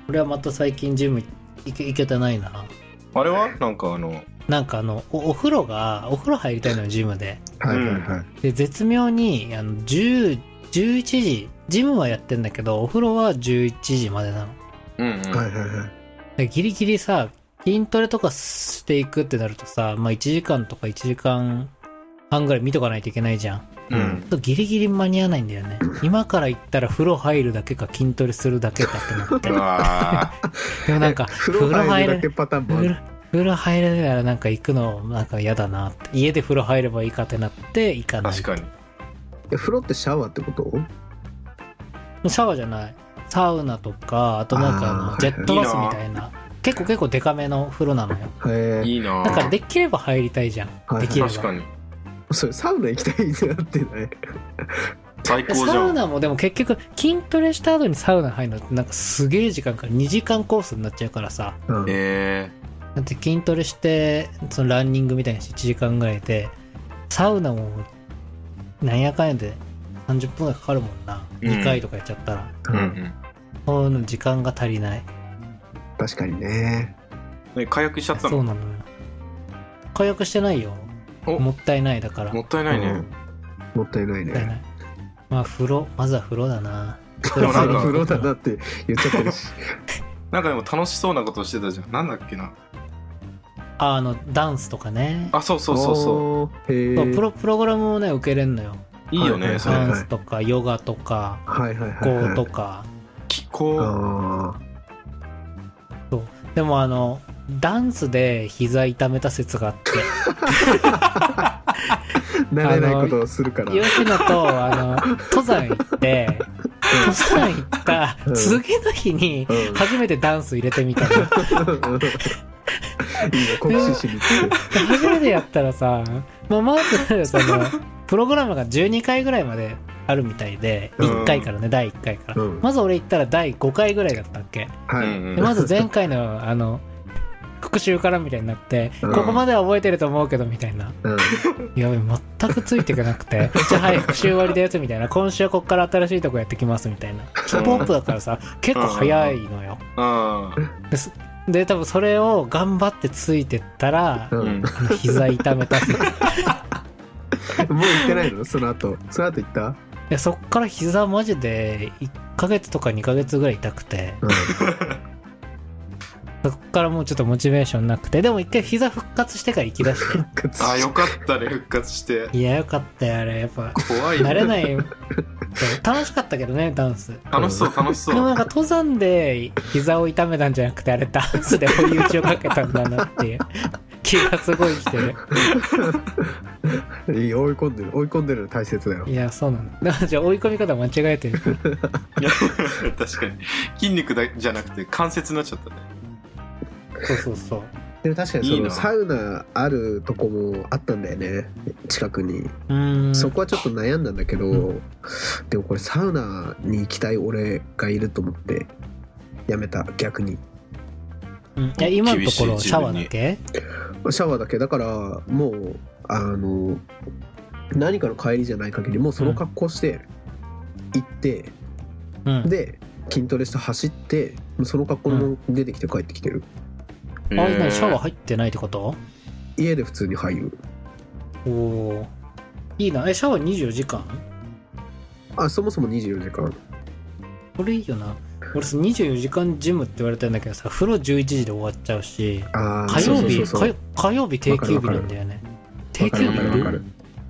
Speaker 2: 俺はまた最近ジム行け行けてないな
Speaker 4: あれはなんかあの
Speaker 2: なんかあのおお風呂がお風呂入りたいのよジムで
Speaker 3: はいはいはい、
Speaker 2: で絶妙にあの10 11時ジムはやってんだけどお風呂は11時までなの
Speaker 4: うんうん、
Speaker 3: はいはいはい
Speaker 2: でギリギリさ筋トレとかしていくってなるとさ、まあ、1時間とか1時間半ぐらい見とかないといけないじゃん
Speaker 4: うん
Speaker 2: そうギリギリ間に合わないんだよね今から行ったら風呂入るだけか筋トレするだけかってなって
Speaker 4: うわ
Speaker 2: でもなんか
Speaker 3: 風呂入るだけ
Speaker 2: 風
Speaker 3: パターンもあ
Speaker 2: 風
Speaker 3: る
Speaker 2: 呂風呂入れならなんか行くのなんか嫌だなって家で風呂入ればいいかってなって行か
Speaker 4: ー
Speaker 2: ない
Speaker 4: 確かに
Speaker 3: え風呂ってシャワーってこと
Speaker 2: シャワーじゃないサウナとかあとなんかあ
Speaker 3: あ
Speaker 2: の
Speaker 3: ー
Speaker 2: ジェットバスみたいな結構結構デカめの風呂なのよ
Speaker 3: へえ
Speaker 4: いいな
Speaker 2: だからできれば入りたいじゃん
Speaker 3: は
Speaker 2: で
Speaker 3: い
Speaker 2: きれば
Speaker 4: 確かに
Speaker 3: それサウナ行きたいってなってない
Speaker 4: 最高じ
Speaker 2: サ
Speaker 4: ゃ
Speaker 2: ウ
Speaker 4: ん
Speaker 2: ナもでも結局筋トレした後にサウナ入るのってなんかすげえ時間から2時間コースになっちゃうからさ
Speaker 3: うん
Speaker 4: え
Speaker 2: だって筋トレしてそのランニングみたいにして1時間ぐらいでサウナもなんやかんやで30分ぐらいかかるもんな、
Speaker 4: うん
Speaker 2: 2回とかやっちゃったら
Speaker 4: ーうんうん
Speaker 2: そういうの時間が足りない
Speaker 3: 確かにね
Speaker 4: ね火薬しちゃった
Speaker 2: そうな
Speaker 4: の
Speaker 2: のよ解約してないよ
Speaker 4: お
Speaker 2: もったいないだから
Speaker 4: も
Speaker 2: もっ
Speaker 4: ったいないね、
Speaker 3: うんもったいない
Speaker 2: たい
Speaker 3: ね
Speaker 2: ないまあ風呂まずは風呂だ な風
Speaker 4: でもなんか
Speaker 3: 風呂だなって言っちゃってる し
Speaker 4: なんかでも楽しそうなことしてたじゃんなんだっけな
Speaker 2: ああのダンスとかね
Speaker 4: あそうそうそうそう
Speaker 3: へえ
Speaker 2: そうプロプログラムもね受けれんのよ
Speaker 4: ういいよ
Speaker 3: はい
Speaker 4: ね
Speaker 3: はい
Speaker 4: それ
Speaker 2: ダンスとかヨガとか
Speaker 3: はいはいはい、は
Speaker 2: 語
Speaker 3: い、
Speaker 2: とか
Speaker 4: 気候
Speaker 3: あ
Speaker 2: でもあのダンスで膝痛めた説があ って
Speaker 3: ー慣れないことをするから
Speaker 2: 吉野とあの登山行って登山行った
Speaker 3: うん
Speaker 2: 次の日に
Speaker 3: うん
Speaker 2: 初めてダンス入れてみたの
Speaker 3: いいね好奇心につけ
Speaker 2: で
Speaker 3: て
Speaker 2: 初めてやったらさ、まあ、まずそのプログラムが12回ぐらいまであるみたいで
Speaker 4: うん
Speaker 2: 1回からね第1回から、
Speaker 3: うん
Speaker 2: まず俺行ったら第5回ぐらいだったっけ
Speaker 3: はい、
Speaker 4: うんうん
Speaker 2: でまず前回のあの復習からみたいになって、
Speaker 3: うん
Speaker 2: ここまでは覚えてると思うけどみたいな
Speaker 3: うん
Speaker 2: やべ全くついていかなくて「じゃあはい復習終わりです」みたいな「今週はこっから新しいとこやってきます」みたいなヒップホップだからさ結構早いのよ
Speaker 4: あ
Speaker 2: で多分それを頑張ってついてったら
Speaker 3: う
Speaker 4: あうんん
Speaker 2: あの膝痛めたせいでい
Speaker 3: もう行ってないのその後その後行った、
Speaker 2: やそっから膝マジで1ヶ月とか2ヶ月ぐらい痛くて
Speaker 3: う
Speaker 2: そっからもうちょっとモチベーションなくてでも一回膝復活してから行きだし
Speaker 3: ん、復活
Speaker 4: あよかったね復活して
Speaker 2: ていやよかったよあれやっぱ
Speaker 4: 怖い
Speaker 2: 慣
Speaker 4: よ
Speaker 2: れないよ楽しかったけどねダンス
Speaker 4: 楽しそう楽しそ
Speaker 2: でも なん
Speaker 4: う
Speaker 2: か登山で膝を痛めたんじゃなくてあれダンスで追い打ちをかけたんだなっていう気がすごいしてる
Speaker 3: いいよ追い込んでる追い込んでるの大切だよ
Speaker 2: いやそうなんだじゃあ追い込み方間違えてる
Speaker 4: いや確かに筋肉だじゃなくて関節になっちゃったね
Speaker 2: そうそうそう
Speaker 3: でも確かにそ
Speaker 4: いい
Speaker 3: の
Speaker 4: な
Speaker 3: サウナあるとこもあったんだよね近くに、
Speaker 2: うーん
Speaker 3: そこはちょっと悩んだんだけど、でもこれサウナに行きたい俺がいると思ってやめた逆に
Speaker 2: うんいや今のところシャワーだけ
Speaker 3: シャワーだけだからもうあの何かの帰りじゃない限りもうその格好して行って、
Speaker 2: うん
Speaker 3: で筋トレして走ってもうその格好のまま出てきて帰ってきてる、
Speaker 2: あれ何シャワー
Speaker 4: ー
Speaker 2: 入ってないってこと
Speaker 3: 家で普通に入る
Speaker 2: おおーいいなえシャワー24時間
Speaker 3: あそもそも24時間
Speaker 2: これいいよな俺その24時間ジムって言われてんだけどさ風呂11時で終わっちゃうし
Speaker 3: あー
Speaker 2: 火曜日
Speaker 3: そうそうそうそう
Speaker 2: 火火曜日定休日なんだよね定
Speaker 3: わか
Speaker 2: 休日
Speaker 3: るわかるわかる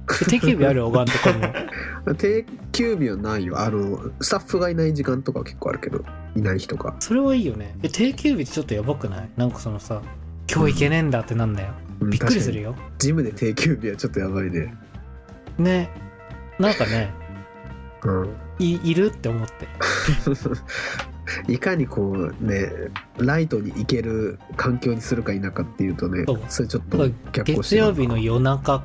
Speaker 2: え定休日あるおばんとかも。
Speaker 3: 定休日はないよあのスタッフがいない時間とかは結構あるけどいない日とか
Speaker 2: それはいいよね。え、定休日ってちょっとやばくないなんかそのさ、今日行けねえんだってなんだよ。
Speaker 3: うん
Speaker 2: びっくりす
Speaker 3: 確か
Speaker 2: る
Speaker 3: に
Speaker 2: よ。
Speaker 3: ジムで定休日はちょっとやばいね
Speaker 2: ね。なんかね、
Speaker 3: うん
Speaker 2: いいるって思って。
Speaker 3: いかにこうねライトに行ける環境にするか否かっていうとね
Speaker 2: そう
Speaker 3: それちょっと逆行し
Speaker 2: 月
Speaker 3: てる
Speaker 2: 曜日の夜中、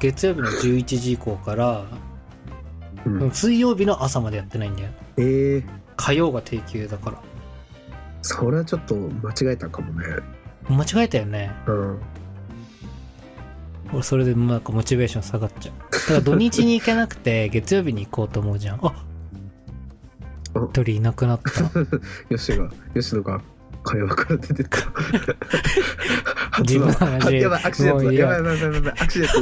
Speaker 2: 月曜日の11時以降から、
Speaker 3: うん
Speaker 2: 水曜日の朝までやってないんだよ。
Speaker 3: えー、
Speaker 2: 火曜が定休だから。
Speaker 3: それはちょっと間違えたかもね
Speaker 2: 間違えたよね。
Speaker 3: うん
Speaker 2: 俺それでなんかモチベーション下がっちゃう。だから土日に行けなくて、月曜日に行こうと思うじゃん。あ
Speaker 3: お
Speaker 2: 一人いなくなった。
Speaker 3: 吉野が吉野が会話から出てった
Speaker 2: 自
Speaker 3: 初
Speaker 2: 分
Speaker 3: だ
Speaker 2: の話
Speaker 3: やばいアクシデント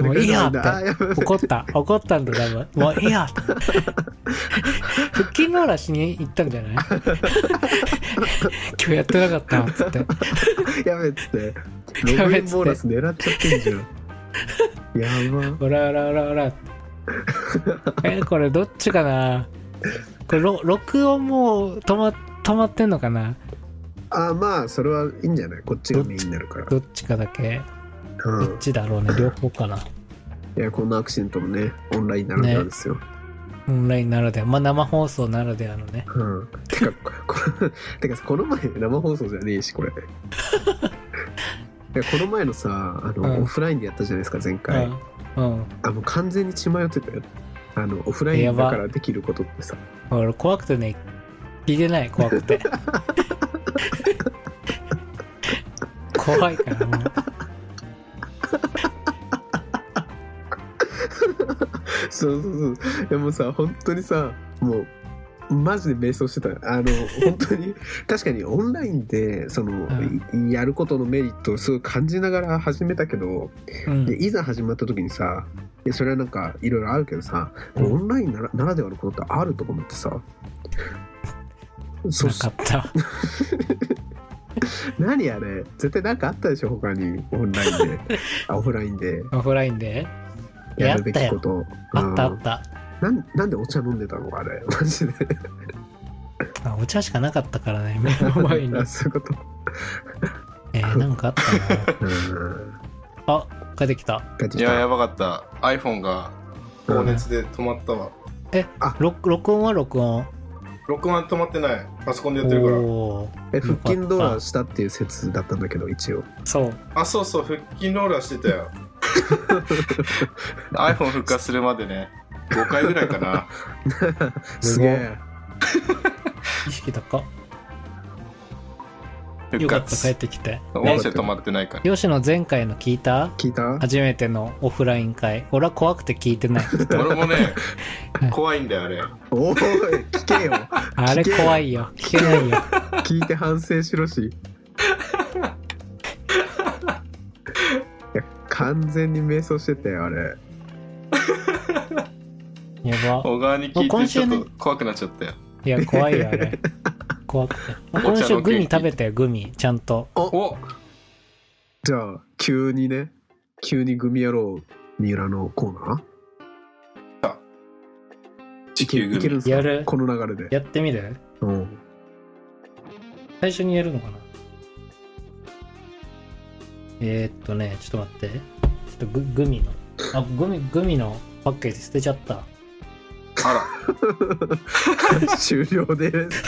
Speaker 2: も
Speaker 3: だ
Speaker 2: ういい
Speaker 3: や
Speaker 2: や
Speaker 3: ばいやばいやばいやばいアクシデ
Speaker 2: も怒
Speaker 3: ントだやばいやばいやばいどうやって取り返せばいいんだあやばいやばい
Speaker 2: った。怒ったんだ、多分。もういいや。腹筋の嵐に行ったんじゃない今日やってなかった。つって。
Speaker 3: やべえっつっ て
Speaker 2: や
Speaker 3: ログ
Speaker 2: べ
Speaker 3: イ
Speaker 2: えっつって
Speaker 3: ンボーナス狙っちゃってんじゃんやば
Speaker 2: オラオラオラオラ。え、これどっちかなこれろ、録音も止ま、止まってんのかな
Speaker 3: あまあそれはいいんじゃないこっちがメインになるから
Speaker 2: どっちかだけ。
Speaker 3: う
Speaker 2: ど
Speaker 3: ん
Speaker 2: っちだろうね。両方かな。
Speaker 3: いやこんなアクシデントもねオンラインならではですよ、
Speaker 2: オンラインならでは。まあ、生放送ならではのね。
Speaker 3: うんてかこ てかさこの前生放送じゃねえし これいやこの前のさあの、
Speaker 2: うん
Speaker 3: オフラインでやったじゃないですか前回、
Speaker 2: うん。うん。
Speaker 3: あもう完全に血迷ってたよあのオフライ
Speaker 2: や
Speaker 3: ンだ
Speaker 2: ば
Speaker 3: からできることってさ
Speaker 2: 俺怖くてね、聞いてない、怖く て。怖いからもう。
Speaker 3: そうそうそういやもうさ本当にさもうマジで迷走してたあの本 当に確かにオンラインでその、いやることのメリットをすごい感じながら始めたけど
Speaker 2: うん
Speaker 3: でいざ始まった時にさいやそれはなんかいろいろあるけどさ、
Speaker 2: うん
Speaker 3: オンラインならならではのことってあるとか思ってさそ
Speaker 2: な
Speaker 3: し
Speaker 2: かった。
Speaker 3: 何あれ絶対なんかあったでしょ他にオンライン であオフラインで
Speaker 2: オフラインで
Speaker 3: やるべきこと
Speaker 2: あったあ
Speaker 3: う
Speaker 2: っ
Speaker 3: ん
Speaker 2: た。
Speaker 3: なんなんでお茶飲んでたのあれ マジで。
Speaker 2: あお茶しかなかったからね、目の前に
Speaker 3: あ そういうこと
Speaker 2: えー、なんかあったな。
Speaker 3: うん
Speaker 2: あ、帰ってきた。
Speaker 3: 帰って
Speaker 4: い
Speaker 3: きた
Speaker 4: ややばかった iPhone が高熱で止まったわ、
Speaker 2: 録録音は録音。
Speaker 4: 録音は止まってないパソコンでやってるか
Speaker 2: おー
Speaker 3: え腹筋ドーラーしたっていう説だったんだけど一応
Speaker 2: そう。
Speaker 4: らあそうそう腹筋ローラーしてた よ iPhone 復活するまでね5回ぐらいかな
Speaker 3: すげえ
Speaker 2: 意識高っ。
Speaker 4: 復
Speaker 2: よかった、帰っ
Speaker 4: 活
Speaker 2: てきて。
Speaker 4: 音
Speaker 2: ね
Speaker 4: 声止まってないから
Speaker 2: 吉野前回の聞いた
Speaker 3: 聞い た
Speaker 2: 初めてのオフライン会。俺は怖くて聞いて ない。
Speaker 4: 俺もね
Speaker 2: はい
Speaker 4: 怖いんだよあれ
Speaker 3: おい聞 けよ
Speaker 2: あれ怖いよ。聞けないよ。
Speaker 3: 聞いて反省しろしいや完全に迷走してたよあれ
Speaker 2: や ば。
Speaker 4: 小川に聞
Speaker 2: もう
Speaker 4: い
Speaker 2: 今
Speaker 4: てち
Speaker 2: 週
Speaker 4: ょっ
Speaker 2: ね
Speaker 4: と怖くなっちゃったよ
Speaker 2: いや、怖いよ、あれ。怖くて。今週グミ食べてよ、グミ。ちゃんと。
Speaker 4: お
Speaker 3: じゃあ急にね急にグミ野郎三浦のコーナー
Speaker 4: 地球
Speaker 3: いける
Speaker 4: 組
Speaker 3: んす
Speaker 2: や
Speaker 3: か
Speaker 2: る
Speaker 3: この流れで、
Speaker 2: やってみる
Speaker 3: うん、
Speaker 2: 最初にやるのかなえー、っとね、ちょっと待って。ちょっとググミの。あ、グミ、グミのパッケージ捨てちゃった。
Speaker 4: あら
Speaker 3: 終了です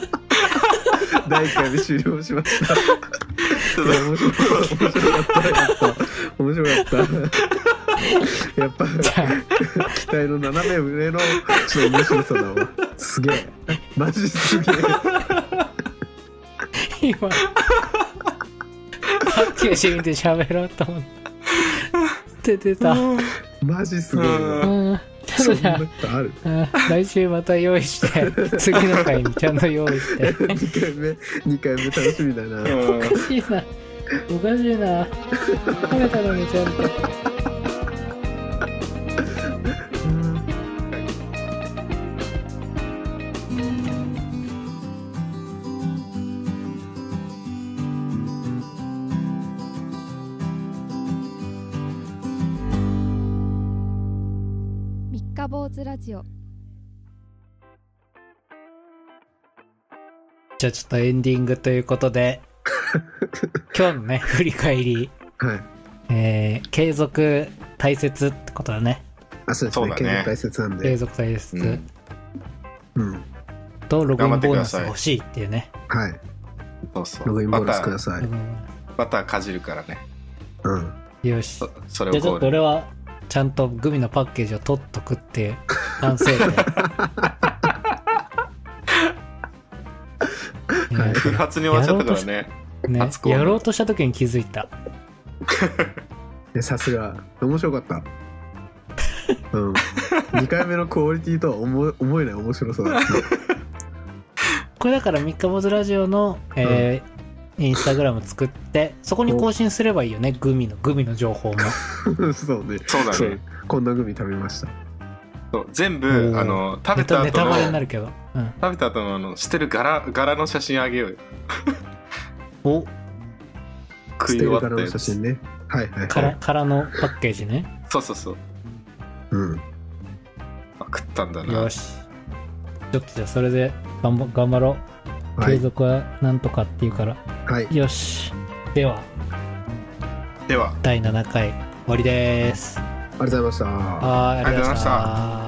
Speaker 3: 第1回目終了しました
Speaker 4: ちょっ
Speaker 3: いや面白かった面白かったやっぱ面白かったやっ
Speaker 2: じ
Speaker 3: ぱ
Speaker 2: ゃ
Speaker 3: 期待の斜め上のちょっと面白さだわすげえマジすげえ
Speaker 2: あ、今。 パッケージ見て喋ろうと思って。捨て てた。うん。
Speaker 3: マジすげえ
Speaker 4: う
Speaker 3: わ
Speaker 2: ちょっと
Speaker 3: そん
Speaker 2: じゃ
Speaker 3: な
Speaker 2: あ
Speaker 3: ことある
Speaker 2: うん来週また用意して、次の回にちゃんと用意して。
Speaker 3: 2回目2回目楽しみだな、
Speaker 4: とう
Speaker 2: お
Speaker 4: ん
Speaker 2: かしいな。おかしいな。食べたのにちゃんと。
Speaker 3: うん
Speaker 1: か坊主ラジオ
Speaker 2: じゃあちょっとエンディングということで、今日のね、振り返り、
Speaker 3: はい。
Speaker 2: えー、継続大切ってことだね。
Speaker 3: あ、そうです
Speaker 4: そう
Speaker 3: ね。
Speaker 4: だね
Speaker 3: 継続大切なん
Speaker 2: 継
Speaker 3: で。
Speaker 2: 続大切、
Speaker 4: うん
Speaker 3: うん。
Speaker 2: とログインボーナス
Speaker 4: 頑張ってください
Speaker 2: が欲しいっていうね。
Speaker 3: はい。
Speaker 4: そうそう
Speaker 3: ログインボーナスくだ
Speaker 4: バ
Speaker 3: さい
Speaker 2: ロ。グイン
Speaker 4: ターバターかじるからね
Speaker 3: うん。
Speaker 2: よし。
Speaker 4: そそれ
Speaker 2: じゃ
Speaker 4: を
Speaker 2: あちょ
Speaker 4: こ
Speaker 2: っと
Speaker 4: う
Speaker 2: 俺は、ちゃんとグミのパッケージを取っとくって いう反省点。えー
Speaker 4: 不発に終わっちゃったからね
Speaker 2: ね
Speaker 4: 初、公演
Speaker 2: やろうとした時に気づいた。
Speaker 3: でさすが面白かったうん2回目のクオリティとは思え思えない面白さだっ
Speaker 2: これだから三日坊主ラジオの、えーインスタグラム作ってそこに更新すればいいよねグミのグミの情報も
Speaker 3: た そうね
Speaker 4: そうだね
Speaker 3: こんなグミ食べました
Speaker 4: そう
Speaker 2: う
Speaker 4: 全部
Speaker 2: ん
Speaker 4: あの食べ
Speaker 2: ネタ
Speaker 4: た
Speaker 2: ネ
Speaker 4: 後
Speaker 2: タバレにな
Speaker 4: の
Speaker 2: るけど、うん、
Speaker 4: 食べた後のあの捨てる柄柄の写真あげようよ
Speaker 2: お
Speaker 4: 食
Speaker 3: 捨
Speaker 4: い
Speaker 3: て
Speaker 4: 終
Speaker 3: る
Speaker 4: わ
Speaker 3: 柄
Speaker 4: った
Speaker 3: の
Speaker 4: や
Speaker 3: 写
Speaker 4: つ
Speaker 3: 真ねはいはいは
Speaker 2: から
Speaker 3: い、
Speaker 2: からのパッケージね
Speaker 4: そうそうそう
Speaker 3: うん、
Speaker 4: あ食ったんだな
Speaker 2: よしちょっとじゃあそれで頑張頑張ろう
Speaker 3: は
Speaker 2: 継
Speaker 3: い、
Speaker 2: 続はなんとかっていうから、
Speaker 3: はい、
Speaker 2: よしでは
Speaker 4: では
Speaker 2: 第7回終わりです
Speaker 3: ありがとうございました
Speaker 2: はいありがとうございまし
Speaker 4: ありがとうご
Speaker 2: た